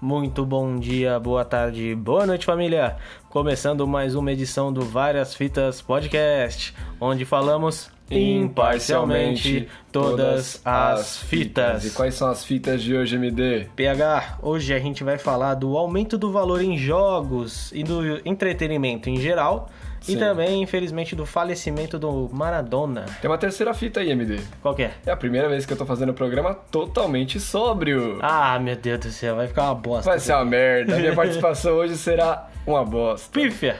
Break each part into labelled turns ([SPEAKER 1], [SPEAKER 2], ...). [SPEAKER 1] Muito bom dia, boa tarde, boa noite, família. Começando mais uma edição do Várias Fitas Podcast, onde falamos imparcialmente todas as fitas.
[SPEAKER 2] E é quais são as fitas de hoje, MD?
[SPEAKER 1] PH, hoje a gente vai falar do aumento do valor em jogos e do entretenimento em geral. E
[SPEAKER 2] Sim.
[SPEAKER 1] também, infelizmente, do falecimento do Maradona.
[SPEAKER 2] Tem uma terceira fita aí, MD.
[SPEAKER 1] Qual que é?
[SPEAKER 2] É a primeira vez que eu tô fazendo o programa totalmente sóbrio.
[SPEAKER 1] Ah, meu Deus do céu, vai ficar uma bosta.
[SPEAKER 2] Vai ser uma merda. Minha participação hoje será uma bosta.
[SPEAKER 1] Pífia!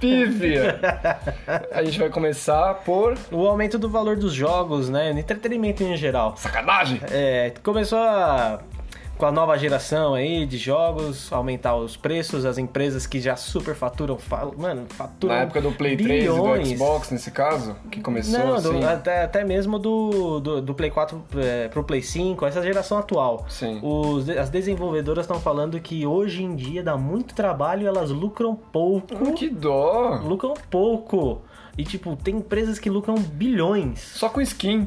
[SPEAKER 2] Pívia! A gente vai começar por
[SPEAKER 1] O aumento do valor dos jogos, né? no Entretenimento em geral.
[SPEAKER 2] sacanagem.
[SPEAKER 1] É, começou a- com a nova geração aí de jogos, aumentar os preços, as empresas que já superfaturam, fa- mano, faturam
[SPEAKER 2] Na época do Play 3 e
[SPEAKER 1] bilhões.
[SPEAKER 2] do Xbox, nesse caso, que começou
[SPEAKER 1] Não, do-
[SPEAKER 2] assim.
[SPEAKER 1] até, até mesmo do, do, do Play 4 é, pro Play 5, essa geração atual.
[SPEAKER 2] Sim.
[SPEAKER 1] Os de- as desenvolvedoras estão falando que hoje em dia dá muito trabalho e elas lucram pouco.
[SPEAKER 2] Hum, Que dó!
[SPEAKER 1] Lucram pouco. E tipo, tem empresas que lucram bilhões.
[SPEAKER 2] Só com skin.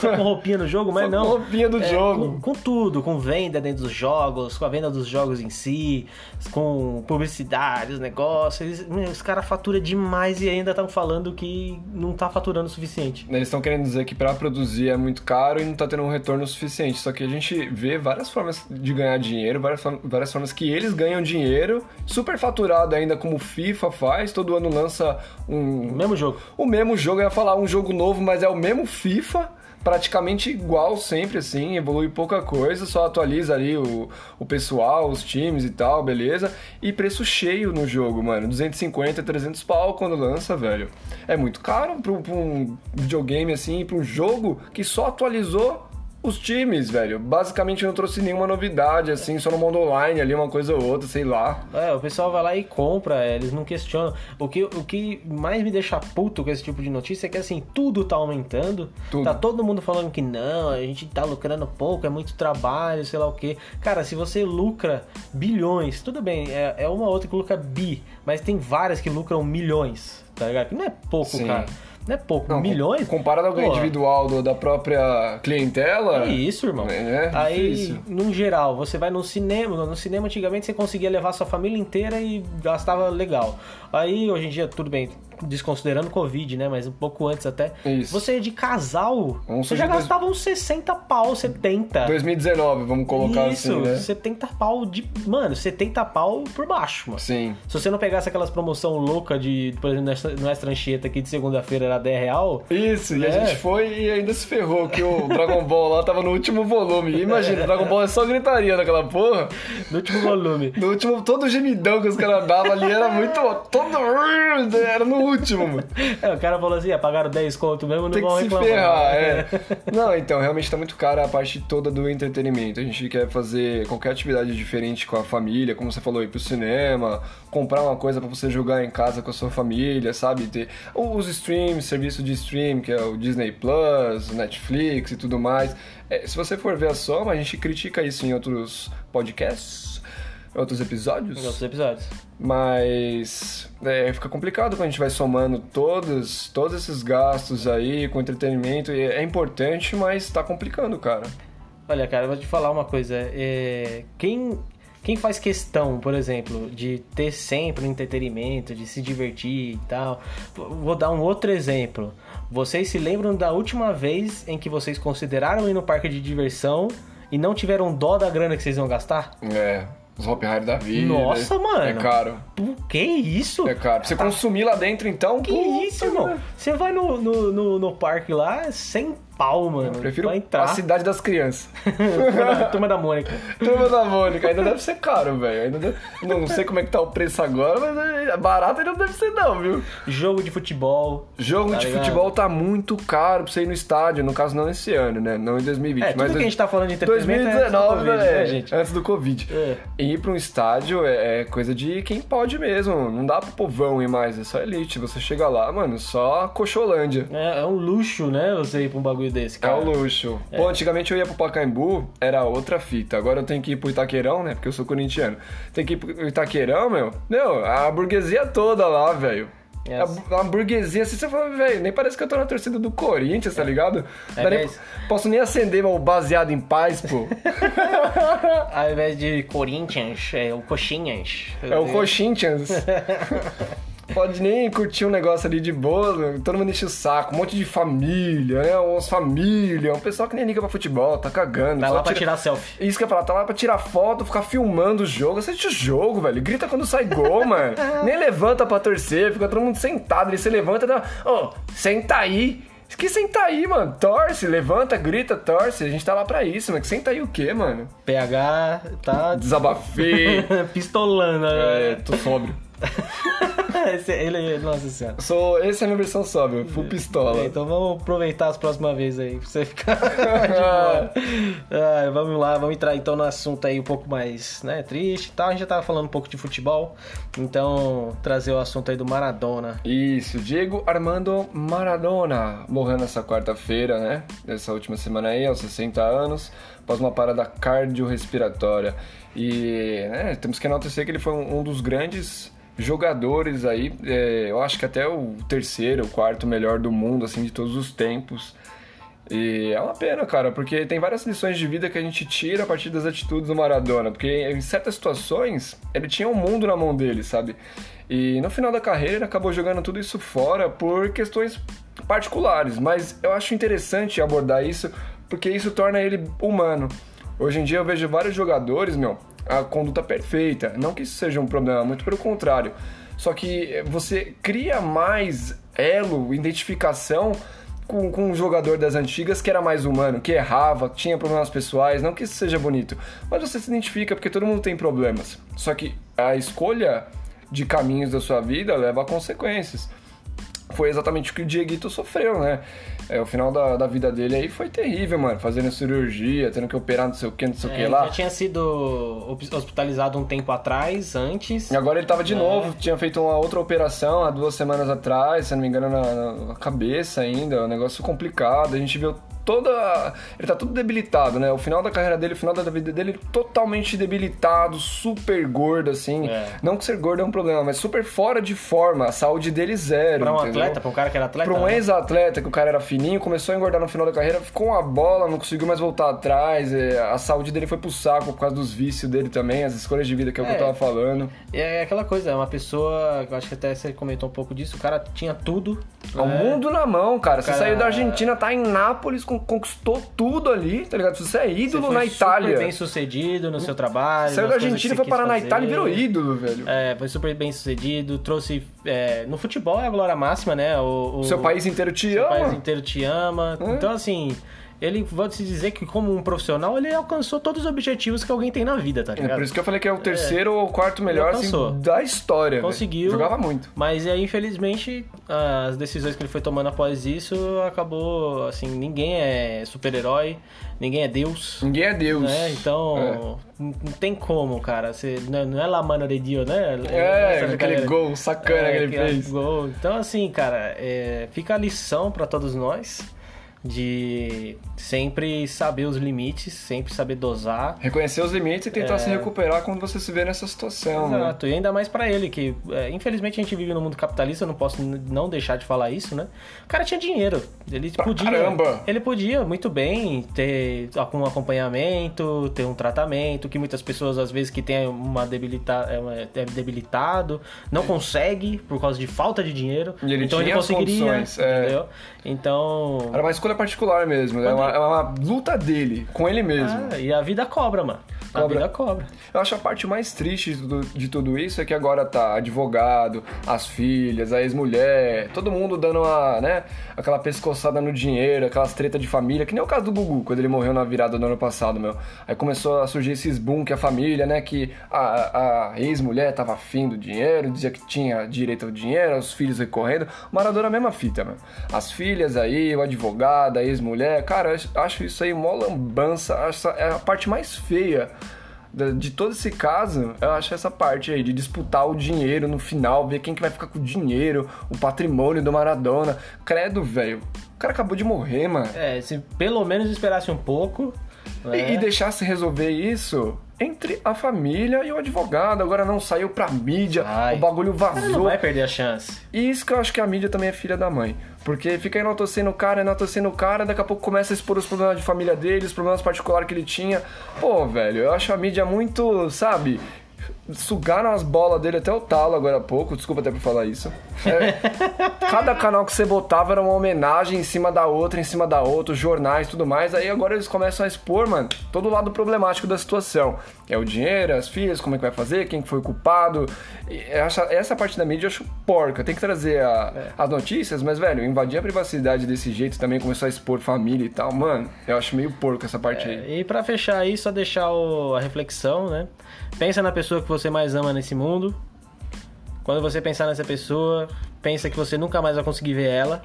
[SPEAKER 1] Só com roupinha no jogo, mas
[SPEAKER 2] Só
[SPEAKER 1] não.
[SPEAKER 2] Com roupinha do
[SPEAKER 1] É,
[SPEAKER 2] jogo.
[SPEAKER 1] Com, com tudo, com venda dentro dos jogos, com a venda dos jogos em si, com publicidade, os negócios. Eles- meu, os caras faturam demais e ainda estão falando que não tá faturando o suficiente.
[SPEAKER 2] né, Eles estão querendo dizer que pra produzir é muito caro e não tá tendo um retorno suficiente. Só que a gente vê várias formas de ganhar dinheiro, várias, form- várias formas que eles ganham dinheiro, super faturado ainda como o FIFA faz, todo ano lança
[SPEAKER 1] O
[SPEAKER 2] um
[SPEAKER 1] mesmo jogo.
[SPEAKER 2] o mesmo jogo, eu ia falar um jogo novo, mas é o mesmo FIFA, praticamente igual sempre assim, evolui pouca coisa, só atualiza ali o, o pessoal, os times e tal, beleza? E preço cheio no jogo, mano, 250, 300 pau quando lança, velho. É muito caro pra, um- pra um videogame assim, pra um jogo que só atualizou os times, velho. Basicamente não trouxe nenhuma novidade assim, só no mundo online ali uma coisa ou outra, sei lá.
[SPEAKER 1] É, o pessoal vai lá e compra, é, eles não questionam. O que, o que mais me deixa puto com esse tipo de notícia é que assim, tudo tá aumentando.
[SPEAKER 2] Tudo.
[SPEAKER 1] Tá todo mundo falando que não, a gente tá lucrando pouco, é muito trabalho, sei lá o quê. Cara, se você lucra bilhões, tudo bem, é, é uma ou outra que lucra bi, mas tem várias que lucram milhões, tá ligado? Que não é pouco,
[SPEAKER 2] Sim.
[SPEAKER 1] cara. Não é pouco,
[SPEAKER 2] Não,
[SPEAKER 1] milhões?
[SPEAKER 2] Comparado ao ganho
[SPEAKER 1] Pô,
[SPEAKER 2] individual do- da própria clientela.
[SPEAKER 1] é isso, irmão.
[SPEAKER 2] É, é
[SPEAKER 1] Aí,
[SPEAKER 2] difícil.
[SPEAKER 1] num geral, você vai no cinema. No cinema, antigamente, você conseguia levar sua família inteira e gastava legal. Aí, hoje em dia, tudo bem, desconsiderando o Covid, né? Mas um pouco antes até.
[SPEAKER 2] Isso.
[SPEAKER 1] Você é de casal,
[SPEAKER 2] Vamos
[SPEAKER 1] você já
[SPEAKER 2] surgir dois-
[SPEAKER 1] gastava uns 60 pau, 70.
[SPEAKER 2] 2019, vamos colocar
[SPEAKER 1] Isso,
[SPEAKER 2] assim, né?
[SPEAKER 1] 70 pau de. Mano, 70 pau por baixo, mano.
[SPEAKER 2] Sim.
[SPEAKER 1] Se você não pegasse aquelas promoção louca de, por exemplo, no Extra- no Estrancheta aqui de segunda-feira era 10 real,
[SPEAKER 2] Isso, e
[SPEAKER 1] É.
[SPEAKER 2] a gente foi e ainda se ferrou, que o Dragon Ball lá tava no último volume. Imagina, o Dragon Ball é só gritaria naquela porra.
[SPEAKER 1] no último volume.
[SPEAKER 2] No último, todo o gemidão que os caras davam ali era muito. Todo. Era no último, mano.
[SPEAKER 1] É, o cara falou assim: "Ah, pagaram 10 conto mesmo, não
[SPEAKER 2] Tem que
[SPEAKER 1] vão
[SPEAKER 2] se
[SPEAKER 1] reclamar.
[SPEAKER 2] ferrar, é. Não, então, realmente tá muito cara a parte toda do entretenimento. A gente quer fazer qualquer atividade diferente com a família, como você falou, ir pro cinema, comprar uma coisa pra você jogar em casa com a sua família, sabe? Ter o- os streams, serviço de stream, que é o Disney Plus, o Netflix e tudo mais. É, se você for ver a soma, a gente critica isso em outros podcasts, outros episódios.
[SPEAKER 1] Em outros episódios.
[SPEAKER 2] Mas é, fica complicado quando a gente vai somando todos, todos esses gastos aí com entretenimento. E É importante, mas tá complicando, cara.
[SPEAKER 1] Olha, cara, eu vou te falar uma coisa. é, Quem, quem faz questão, por exemplo, de ter sempre um entretenimento, de se divertir e tal. Vou- Vou dar um outro exemplo. Vocês se lembram da última vez em que vocês consideraram ir no parque de diversão e não tiveram dó da grana que vocês iam gastar?
[SPEAKER 2] É, os Hop Hard da vida.
[SPEAKER 1] Nossa, mano.
[SPEAKER 2] É caro,
[SPEAKER 1] Pô, Que isso?
[SPEAKER 2] é caro. Pra você consumir lá dentro, então...
[SPEAKER 1] Que
[SPEAKER 2] puta,
[SPEAKER 1] isso, irmão?
[SPEAKER 2] mano.
[SPEAKER 1] Você vai no, no, no, no parque lá, sem pau, mano.
[SPEAKER 2] Eu prefiro
[SPEAKER 1] vai
[SPEAKER 2] a
[SPEAKER 1] entrar.
[SPEAKER 2] cidade das crianças.
[SPEAKER 1] Turma da- Turma da Mônica.
[SPEAKER 2] Turma da Mônica, ainda deve ser caro, velho. Ainda deve- Não sei como é que tá o preço agora, mas é barato ainda não deve ser não, viu?
[SPEAKER 1] Jogo de futebol.
[SPEAKER 2] Jogo
[SPEAKER 1] Tá
[SPEAKER 2] de
[SPEAKER 1] ligado?
[SPEAKER 2] futebol tá muito caro pra você ir no estádio. No caso, não esse ano, né? Não em 2020.
[SPEAKER 1] É, tudo
[SPEAKER 2] mas
[SPEAKER 1] que a gente tá falando de entretenimento é antes do
[SPEAKER 2] 2019,
[SPEAKER 1] Covid,
[SPEAKER 2] né?
[SPEAKER 1] né, gente?
[SPEAKER 2] Antes do Covid.
[SPEAKER 1] É.
[SPEAKER 2] E ir pra um estádio é, é coisa de quem pode mesmo. Não dá pro povão ir mais, é só elite. Você chega lá, mano, só coxolândia.
[SPEAKER 1] É, é um luxo, né? Você ir pra um bagulho desse,
[SPEAKER 2] É
[SPEAKER 1] cara.
[SPEAKER 2] o luxo. Pô, antigamente eu ia pro Pacaembu, era outra fita. Agora eu tenho que ir pro Itaquerão, né? Porque eu sou corintiano. Tem que ir pro Itaquerão, meu. Meu, a burguesia toda lá, velho.
[SPEAKER 1] Yes.
[SPEAKER 2] A, a burguesia, assim, você fala, velho, nem parece que eu tô na torcida do Corinthians, tá ligado?
[SPEAKER 1] É
[SPEAKER 2] Dá nem-
[SPEAKER 1] mesmo?
[SPEAKER 2] posso nem acender o baseado em paz, pô.
[SPEAKER 1] Ao invés de Corinthians, é o Coxinhas.
[SPEAKER 2] É o Coxintians. Pode nem curtir um negócio ali de boa, né? todo mundo enche o saco, um monte de família, né? Umas família, um pessoal que nem liga pra futebol, tá cagando.
[SPEAKER 1] Vai
[SPEAKER 2] só
[SPEAKER 1] lá pra
[SPEAKER 2] tira-
[SPEAKER 1] tirar selfie.
[SPEAKER 2] Isso que eu ia falar, tá lá pra tirar foto, ficar filmando o jogo. Assiste o jogo, velho. Grita quando sai gol, mano. Nem levanta pra torcer, fica todo mundo sentado. Ele se levanta e dá. Ô, senta aí. Que senta aí, mano. Torce, levanta, grita, torce. A gente tá lá pra isso, mano. Que senta aí o quê, mano?
[SPEAKER 1] PH tá
[SPEAKER 2] Desabafei.
[SPEAKER 1] pistolando.
[SPEAKER 2] é,
[SPEAKER 1] né?
[SPEAKER 2] tô sóbrio. É.
[SPEAKER 1] Esse- ele, nossa senhora.
[SPEAKER 2] Sou, essa é a minha versão sóbria, full pistola.
[SPEAKER 1] Então vamos aproveitar as próximas vezes aí, pra você ficar de boa. Ah, vamos lá, vamos entrar então no assunto aí um pouco mais né, triste e tal. A gente já tava falando um pouco de futebol, então trazer o assunto aí do Maradona.
[SPEAKER 2] Isso, Diego Armando Maradona, morreu nessa quarta-feira, né? Nessa última semana aí, aos 60 anos, após uma parada cardiorrespiratória. E né, temos que enaltecer que ele foi um, um dos grandes jogadores aí, é, eu acho que até o terceiro, o quarto melhor do mundo, assim, de todos os tempos. E é uma pena, cara, porque tem várias lições de vida que a gente tira a partir das atitudes do Maradona. Porque em certas situações, ele tinha um mundo na mão dele, sabe? E no final da carreira, ele acabou jogando tudo isso fora por questões particulares. Mas eu acho interessante abordar isso, porque isso torna ele humano. Hoje em dia, eu vejo vários jogadores, meu, a conduta perfeita. Não que isso seja um problema, muito pelo contrário. Só que eh, você cria mais elo, identificação com, com um jogador das antigas que era mais humano, que errava, que tinha problemas pessoais, não que isso seja bonito, mas você se identifica porque todo mundo tem problemas. Só que a escolha de caminhos da sua vida leva a consequências. Foi exatamente o que o Dieguito sofreu, né? É, o final da, da vida dele aí foi terrível, mano. Fazendo cirurgia, tendo que operar não sei o que, não sei o
[SPEAKER 1] É,
[SPEAKER 2] que
[SPEAKER 1] ele
[SPEAKER 2] lá.
[SPEAKER 1] já tinha sido hosp- hospitalizado um tempo atrás, antes. Né?
[SPEAKER 2] E agora ele tava de novo, tinha feito uma outra operação há duas semanas atrás, se eu não me engano, na, na cabeça ainda, um negócio complicado. A gente viu toda. Ele tá tudo debilitado, né? O final da carreira dele, o final da vida dele, totalmente debilitado, super gordo, assim.
[SPEAKER 1] É.
[SPEAKER 2] Não que ser gordo é um problema, mas super fora de forma. A saúde dele zero.
[SPEAKER 1] Pra um
[SPEAKER 2] entendeu?
[SPEAKER 1] atleta, pra um cara que era atleta.
[SPEAKER 2] Pra um
[SPEAKER 1] né?
[SPEAKER 2] ex-atleta, que o cara era fininho, começou a engordar no final da carreira, ficou uma bola, não conseguiu mais voltar atrás. é, A saúde dele foi pro saco por causa dos vícios dele também, as escolhas de vida que é o que
[SPEAKER 1] É.
[SPEAKER 2] eu tava falando.
[SPEAKER 1] É aquela coisa, é uma pessoa, eu acho que até você comentou um pouco disso, o cara tinha tudo.
[SPEAKER 2] É o
[SPEAKER 1] né?
[SPEAKER 2] mundo na mão, cara. Você
[SPEAKER 1] Cara-
[SPEAKER 2] saiu da Argentina, tá em Nápoles, con- conquistou tudo ali, tá ligado? Você é
[SPEAKER 1] Você
[SPEAKER 2] ídolo
[SPEAKER 1] foi
[SPEAKER 2] na Itália.
[SPEAKER 1] Super bem sucedido no seu trabalho.
[SPEAKER 2] Saiu da
[SPEAKER 1] nas coisas
[SPEAKER 2] Argentina,
[SPEAKER 1] que
[SPEAKER 2] foi
[SPEAKER 1] você
[SPEAKER 2] parar
[SPEAKER 1] quis
[SPEAKER 2] na
[SPEAKER 1] fazer.
[SPEAKER 2] Itália e virou ídolo, velho.
[SPEAKER 1] É, foi super bem sucedido, trouxe. é, no futebol é a glória máxima, né? O, o-
[SPEAKER 2] Seu país inteiro te
[SPEAKER 1] seu
[SPEAKER 2] ama. É.
[SPEAKER 1] país inteiro te ama. Então, assim, ele pode se dizer que, como um profissional, ele alcançou todos os objetivos que alguém tem na vida, tá
[SPEAKER 2] É
[SPEAKER 1] ligado?
[SPEAKER 2] por isso que eu falei que é o terceiro ou quarto melhor assim,
[SPEAKER 1] alcançou.
[SPEAKER 2] da história. velho.
[SPEAKER 1] Conseguiu.
[SPEAKER 2] Jogava muito.
[SPEAKER 1] Mas aí, infelizmente, as decisões que ele foi tomando após isso acabou assim, ninguém é super-herói, ninguém é Deus.
[SPEAKER 2] Ninguém é Deus. É.
[SPEAKER 1] Né? Então, n- não tem como, cara. Você, não é- não é La Mano de Dio, né?
[SPEAKER 2] É,
[SPEAKER 1] Essa
[SPEAKER 2] aquele
[SPEAKER 1] galera.
[SPEAKER 2] gol sacana
[SPEAKER 1] É,
[SPEAKER 2] que ele
[SPEAKER 1] aquele
[SPEAKER 2] fez.
[SPEAKER 1] gol. Então, assim, cara, é, fica a lição pra todos nós de sempre saber os limites, sempre saber dosar.
[SPEAKER 2] Reconhecer os limites e tentar se recuperar quando você se vê nessa situação. né?
[SPEAKER 1] É. Exato, e ainda mais pra ele, que é, infelizmente a gente vive no mundo capitalista, eu não posso n- não deixar de falar isso, né? O cara tinha dinheiro, ele podia.
[SPEAKER 2] caramba!
[SPEAKER 1] Ele podia muito bem ter algum acompanhamento, ter um tratamento, que muitas pessoas às vezes que tem uma debilita, é uma- é debilitado, não consegue por causa de falta de dinheiro.
[SPEAKER 2] É. E ele
[SPEAKER 1] então
[SPEAKER 2] tinha
[SPEAKER 1] ele
[SPEAKER 2] as
[SPEAKER 1] conseguiria,
[SPEAKER 2] condições, é.
[SPEAKER 1] entendeu? Então,
[SPEAKER 2] Era uma escolha particular mesmo. É uma, é uma luta dele, com ele mesmo.
[SPEAKER 1] ah, e a vida cobra, mano. A
[SPEAKER 2] Cobra.
[SPEAKER 1] vida cobra.
[SPEAKER 2] Eu acho a parte mais triste de tudo- de tudo isso é que agora tá advogado, as filhas, a ex-mulher, todo mundo dando uma, né, aquela pescoçada no dinheiro, aquelas tretas de família, que nem o caso do Gugu, quando ele morreu na virada do ano passado, meu. Aí começou a surgir esses boom que a família, né, que a, a ex-mulher tava afim do dinheiro, dizia que tinha direito ao dinheiro, os filhos recorrendo. Maradona, a mesma fita, meu. As filhas aí, o advogado, a ex-mulher, cara, eu acho- acho isso aí mó lambança, acho essa- é a parte mais feia da- de todo esse caso, eu acho essa parte aí de disputar o dinheiro no final, ver quem que vai ficar com o dinheiro, o patrimônio do Maradona. Credo, velho. O cara acabou de morrer, mano.
[SPEAKER 1] É, se pelo menos esperasse um pouco.
[SPEAKER 2] E,
[SPEAKER 1] né?
[SPEAKER 2] e deixar se resolver isso entre a família e o advogado. Agora não saiu pra mídia,
[SPEAKER 1] Ai.
[SPEAKER 2] o bagulho
[SPEAKER 1] Cara, não
[SPEAKER 2] vazou.
[SPEAKER 1] vai perder a chance.
[SPEAKER 2] E isso que eu acho que a mídia também é filha da mãe. Porque fica enaltecendo o cara, enaltecendo o cara, daqui a pouco começa a expor os problemas de família dele, os problemas particulares que ele tinha. Pô, velho, eu acho a mídia muito, sabe? Sugaram as bolas dele até o talo agora há pouco, desculpa até por falar isso. É, cada canal que você botava era uma homenagem em cima da outra, em cima da outra, os jornais tudo mais. Aí agora eles começam a expor, mano, todo o lado problemático da situação. É o dinheiro, as filhas, como é que vai fazer, quem que foi o culpado. E Essa, essa parte da mídia eu acho porca. Tem que trazer a- as notícias, mas, velho, invadir a privacidade desse jeito também, começou a expor família e tal, mano, eu acho meio porco essa parte aí.
[SPEAKER 1] E pra fechar aí, só deixar o- a reflexão, né? Pensa na pessoa que você mais ama nesse mundo. Quando você pensar nessa pessoa, pensa que você nunca mais vai conseguir ver ela.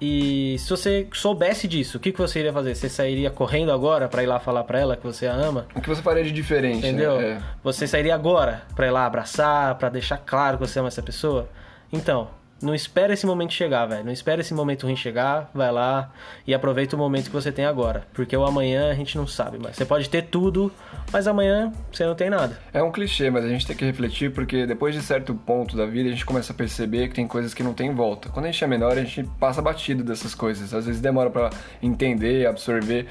[SPEAKER 1] E se você soubesse disso, o que, que você iria fazer? Você sairia correndo agora pra ir lá falar pra ela que você a ama?
[SPEAKER 2] O que você faria de diferente,
[SPEAKER 1] Entendeu?
[SPEAKER 2] né? É.
[SPEAKER 1] Você sairia agora pra ir lá abraçar, pra deixar claro que você ama essa pessoa. Então, não espera esse momento chegar, velho. Não espera esse momento ruim chegar. Vai lá e aproveita o momento que você tem agora. Porque o amanhã a gente não sabe, mas você pode ter tudo, mas amanhã você não tem nada.
[SPEAKER 2] É um clichê, mas a gente tem que refletir porque depois de certo ponto da vida a gente começa a perceber que tem coisas que não tem volta. Quando a gente é menor, a gente passa batido dessas coisas. Às vezes demora pra entender, absorver.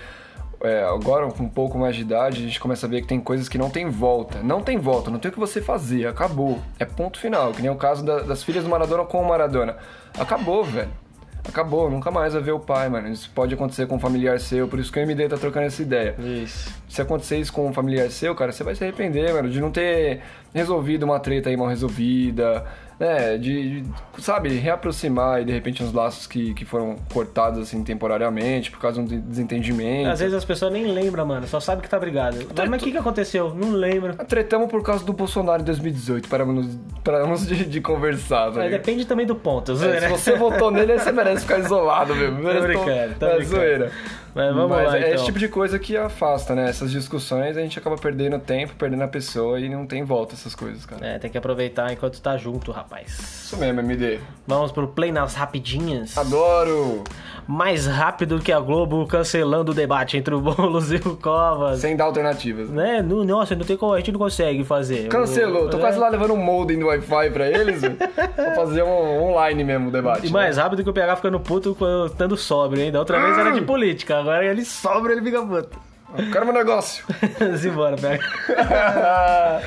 [SPEAKER 2] É, agora, com um pouco mais de idade, a gente começa a ver que tem coisas que não tem volta. Não tem volta, não tem o que você fazer, acabou. É ponto final, que nem o caso da- das filhas do Maradona com o Maradona. Acabou, velho. Acabou, nunca mais vai ver o pai, mano. Isso pode acontecer com um familiar seu, por isso que o MD tá trocando essa ideia
[SPEAKER 1] Isso.
[SPEAKER 2] se acontecer isso com um familiar seu, cara, você vai se arrepender, mano, de não ter resolvido uma treta aí mal resolvida, né? De, de, sabe, reaproximar e de repente uns laços que, que foram cortados assim temporariamente por causa de um desentendimento.
[SPEAKER 1] Às vezes as pessoas nem lembram, mano. Só sabe que tá brigado. Mas, mas o que, que aconteceu? Não lembro.
[SPEAKER 2] Ah, Tretamos por causa do Bolsonaro em 2018, paramos, paramos de, de conversar, tá
[SPEAKER 1] Mas é
[SPEAKER 2] ligado?
[SPEAKER 1] depende também do ponto.
[SPEAKER 2] É, Se
[SPEAKER 1] né?
[SPEAKER 2] você votou nele, aí você merece ficar isolado mesmo.
[SPEAKER 1] Tô
[SPEAKER 2] Merece
[SPEAKER 1] brincando, tô
[SPEAKER 2] é
[SPEAKER 1] brincando.
[SPEAKER 2] zoeira.
[SPEAKER 1] Mas vamos
[SPEAKER 2] Mas
[SPEAKER 1] lá,
[SPEAKER 2] é
[SPEAKER 1] então.
[SPEAKER 2] esse tipo de coisa que afasta, né? Essas discussões a gente acaba perdendo tempo, perdendo a pessoa e não tem volta essas coisas, cara.
[SPEAKER 1] É, tem que aproveitar enquanto tá junto, rapaz.
[SPEAKER 2] Isso mesmo, MD.
[SPEAKER 1] Vamos pro play nas rapidinhas.
[SPEAKER 2] Adoro!
[SPEAKER 1] mais rápido que a Globo cancelando o debate entre o Boulos e o Covas.
[SPEAKER 2] Sem dar alternativas.
[SPEAKER 1] Né? Não- Nossa, não tem como, a gente não consegue fazer.
[SPEAKER 2] Cancelou, tô
[SPEAKER 1] É.
[SPEAKER 2] quase lá levando um modem do Wi-Fi pra eles. velho. Vou fazer um online mesmo o debate.
[SPEAKER 1] E mais rápido que o PH ficando puto quando estando sóbrio, hein? Da outra vez era de
[SPEAKER 2] Ah!
[SPEAKER 1] política, agora é ele sobra ele fica puto.
[SPEAKER 2] né? Quero meu negócio.
[SPEAKER 1] Simbora, PH.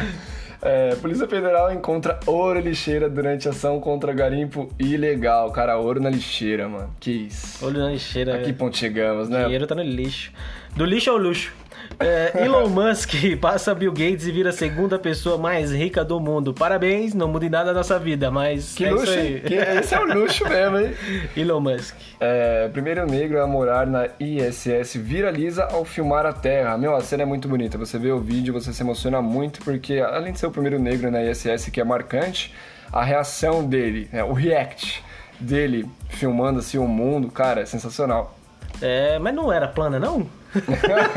[SPEAKER 2] É, Polícia Federal encontra ouro e lixeira durante ação contra garimpo ilegal. Cara, ouro na lixeira, mano. Que isso.
[SPEAKER 1] Olho na lixeira.
[SPEAKER 2] A que
[SPEAKER 1] velho.
[SPEAKER 2] ponto chegamos, né?
[SPEAKER 1] é Dinheiro tá no lixo. Do lixo ao luxo. É, Elon Musk passa Bill Gates e vira a segunda pessoa mais rica do mundo. Parabéns, não muda em nada a nossa vida, mas
[SPEAKER 2] Que
[SPEAKER 1] é
[SPEAKER 2] luxo,
[SPEAKER 1] isso
[SPEAKER 2] hein?
[SPEAKER 1] aí.
[SPEAKER 2] Que- esse é o luxo mesmo, hein?
[SPEAKER 1] Elon Musk.
[SPEAKER 2] É, primeiro negro a morar na ISS viraliza ao filmar a Terra. Meu, a cena é muito bonita. Você vê o vídeo, você se emociona muito, porque além de ser o primeiro negro na ISS que é marcante, a reação dele, né, o react dele filmando assim o mundo, cara, é sensacional.
[SPEAKER 1] É, mas não era plana, não?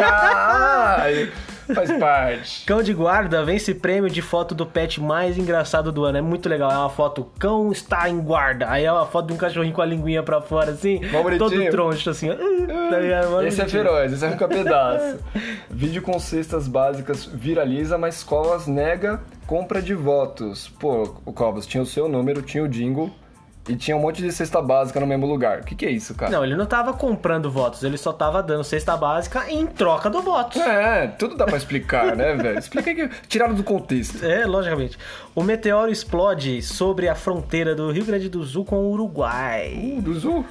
[SPEAKER 2] Ai, Faz parte.
[SPEAKER 1] Cão de guarda vence prêmio de foto do pet mais engraçado do ano. É muito legal. É uma foto, cão está em guarda. Aí é uma foto de um cachorrinho com a linguinha pra fora, assim.
[SPEAKER 2] Mó bonitinho.
[SPEAKER 1] Todo troncho, assim. ó. Tá ligado? Mó
[SPEAKER 2] Esse é
[SPEAKER 1] bonitinho.
[SPEAKER 2] feroz, esse arranca pedaço. Vídeo com cestas básicas viraliza, mas Covas nega compra de votos. Pô, o Covas tinha o seu número, tinha o jingle e tinha um monte de cesta básica no mesmo lugar. O que, que é isso, cara?
[SPEAKER 1] Não, ele não tava comprando votos. Ele só tava dando cesta básica em troca do voto.
[SPEAKER 2] É, tudo dá pra explicar, né, velho? Explica aí que tiraram do contexto.
[SPEAKER 1] É, logicamente. O meteoro explode sobre a fronteira do Rio Grande do Sul com o Uruguai.
[SPEAKER 2] Uh, do Zu?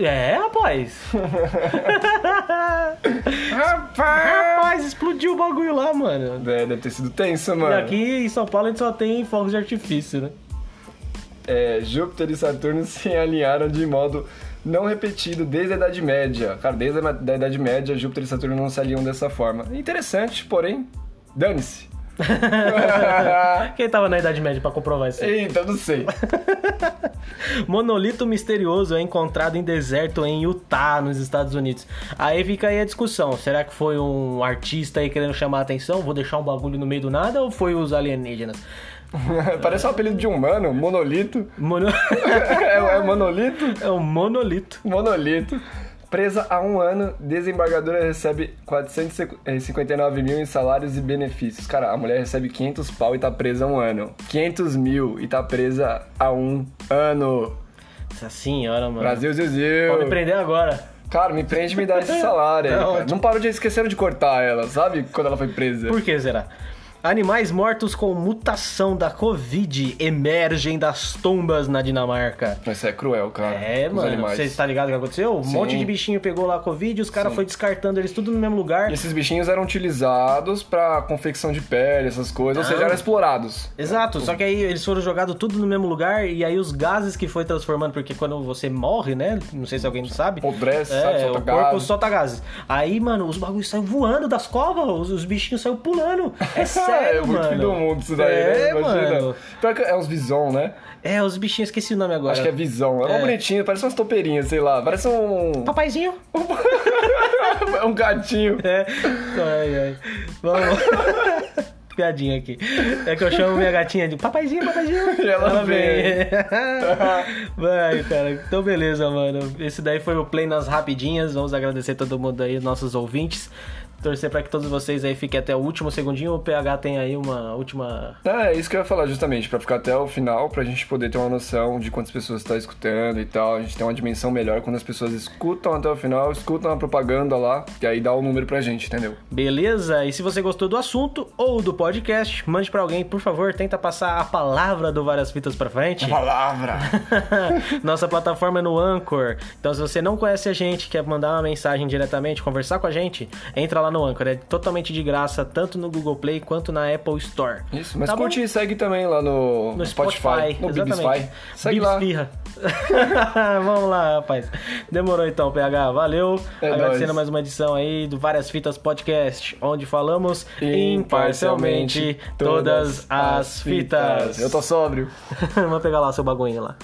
[SPEAKER 1] É, rapaz.
[SPEAKER 2] Rapaz!
[SPEAKER 1] rapaz, explodiu o bagulho lá, mano.
[SPEAKER 2] É, deve ter sido tenso,
[SPEAKER 1] E
[SPEAKER 2] mano.
[SPEAKER 1] aqui em São Paulo a gente só tem fogos de artifício, né?
[SPEAKER 2] É, Júpiter e Saturno se alinharam de modo não repetido desde a Idade Média. Cara, desde a da Idade Média, Júpiter e Saturno não se alinham dessa forma. Interessante, porém, dane-se.
[SPEAKER 1] Ah, Quem tava na Idade Média pra comprovar isso? aí?
[SPEAKER 2] Eita, não sei.
[SPEAKER 1] Monolito misterioso é encontrado em deserto em Utah, nos Estados Unidos. Aí fica aí a discussão. Será que foi um artista aí querendo chamar a atenção? Vou deixar um bagulho no meio do nada ou foi os alienígenas?
[SPEAKER 2] Parece um apelido de humano, monolito.
[SPEAKER 1] Mono...
[SPEAKER 2] é, é monolito?
[SPEAKER 1] é um monolito.
[SPEAKER 2] Monolito. Presa há um ano, desembargadora recebe 459 mil em salários e benefícios. Cara, a mulher recebe 500 pau e tá presa há um ano. 500 mil e tá presa há um ano.
[SPEAKER 1] Nossa senhora, mano.
[SPEAKER 2] Brasil, Ziu,
[SPEAKER 1] É. Pode
[SPEAKER 2] Ziu.
[SPEAKER 1] prender agora.
[SPEAKER 2] Cara, me prende e me dá esse salário. aí,
[SPEAKER 1] Tá
[SPEAKER 2] cara.
[SPEAKER 1] ótimo.
[SPEAKER 2] Não parou de esqueceram de cortar ela, sabe? Quando ela foi presa.
[SPEAKER 1] Por que será? Animais mortos com mutação da Covid emergem das tombas na Dinamarca.
[SPEAKER 2] Mas Isso é cruel, cara.
[SPEAKER 1] É,
[SPEAKER 2] com os
[SPEAKER 1] mano,
[SPEAKER 2] animais.
[SPEAKER 1] você tá ligado o que aconteceu? Um
[SPEAKER 2] Sim.
[SPEAKER 1] monte de bichinho pegou lá a Covid, os caras foi descartando eles tudo no mesmo lugar.
[SPEAKER 2] E esses bichinhos eram utilizados pra confecção de pele, essas coisas, ou seja,
[SPEAKER 1] Não.
[SPEAKER 2] eram explorados.
[SPEAKER 1] Exato, só que aí eles foram jogados tudo no mesmo lugar e aí os gases que foi transformando, porque quando você morre, né? Não sei se alguém sabe.
[SPEAKER 2] Apodrece,
[SPEAKER 1] é,
[SPEAKER 2] sabe, solta
[SPEAKER 1] o corpo
[SPEAKER 2] gases.
[SPEAKER 1] solta gases. Aí, mano, os bagulhos saem voando das covas, os, os bichinhos saíram pulando. É sério,
[SPEAKER 2] é, muito
[SPEAKER 1] mano.
[SPEAKER 2] fim do mundo isso daí,
[SPEAKER 1] é,
[SPEAKER 2] né? Imagina.
[SPEAKER 1] Mano.
[SPEAKER 2] Pior que é uns bison, né?
[SPEAKER 1] É, os bichinhos, esqueci o nome agora.
[SPEAKER 2] Acho que é bison. É, mó
[SPEAKER 1] É.
[SPEAKER 2] bonitinho, parece umas topeirinhas, sei lá. Parece um.
[SPEAKER 1] Papaizinho.
[SPEAKER 2] é um gatinho.
[SPEAKER 1] É. Ai, ai. Vamos. Piadinha aqui. É que eu chamo minha gatinha de papaizinho, papaizinho.
[SPEAKER 2] E ela vem.
[SPEAKER 1] Vai, cara. Então, beleza, mano. Esse daí foi o Play nas Rapidinhas. Vamos agradecer todo mundo aí, nossos ouvintes. Torcer pra que todos vocês aí fiquem até o último segundinho. O PH tem aí uma última.
[SPEAKER 2] Ah, é isso que eu ia falar, justamente, pra ficar até o final, pra gente poder ter uma noção de quantas pessoas tá escutando e tal. A gente tem uma dimensão melhor quando as pessoas escutam até o final, escutam a propaganda lá, e aí dá o número pra gente, entendeu?
[SPEAKER 1] Beleza? E se você gostou do assunto ou do podcast, mande pra alguém, por favor, tenta passar a palavra do Várias Fitas pra frente.
[SPEAKER 2] Palavra!
[SPEAKER 1] Nossa plataforma é no Anchor. Então, se você não conhece a gente, quer mandar uma mensagem diretamente, conversar com a gente, entra lá no Anchor. É totalmente de graça, tanto no Google Play quanto na Apple Store.
[SPEAKER 2] Isso, mas
[SPEAKER 1] Tá bom?
[SPEAKER 2] curte e segue também lá no,
[SPEAKER 1] No
[SPEAKER 2] Spotify,
[SPEAKER 1] Spotify,
[SPEAKER 2] no
[SPEAKER 1] exatamente.
[SPEAKER 2] Bibsfy. Segue
[SPEAKER 1] Bibs
[SPEAKER 2] lá.
[SPEAKER 1] Firra. Vamos lá, rapaz. Demorou então, PH. Valeu.
[SPEAKER 2] É
[SPEAKER 1] Agradecendo
[SPEAKER 2] nóis.
[SPEAKER 1] mais uma edição aí do Várias Fitas Podcast, onde falamos
[SPEAKER 2] Imparcialmente,
[SPEAKER 1] imparcialmente todas as fitas.
[SPEAKER 2] Eu tô sóbrio.
[SPEAKER 1] Vou pegar lá seu bagulhinho lá.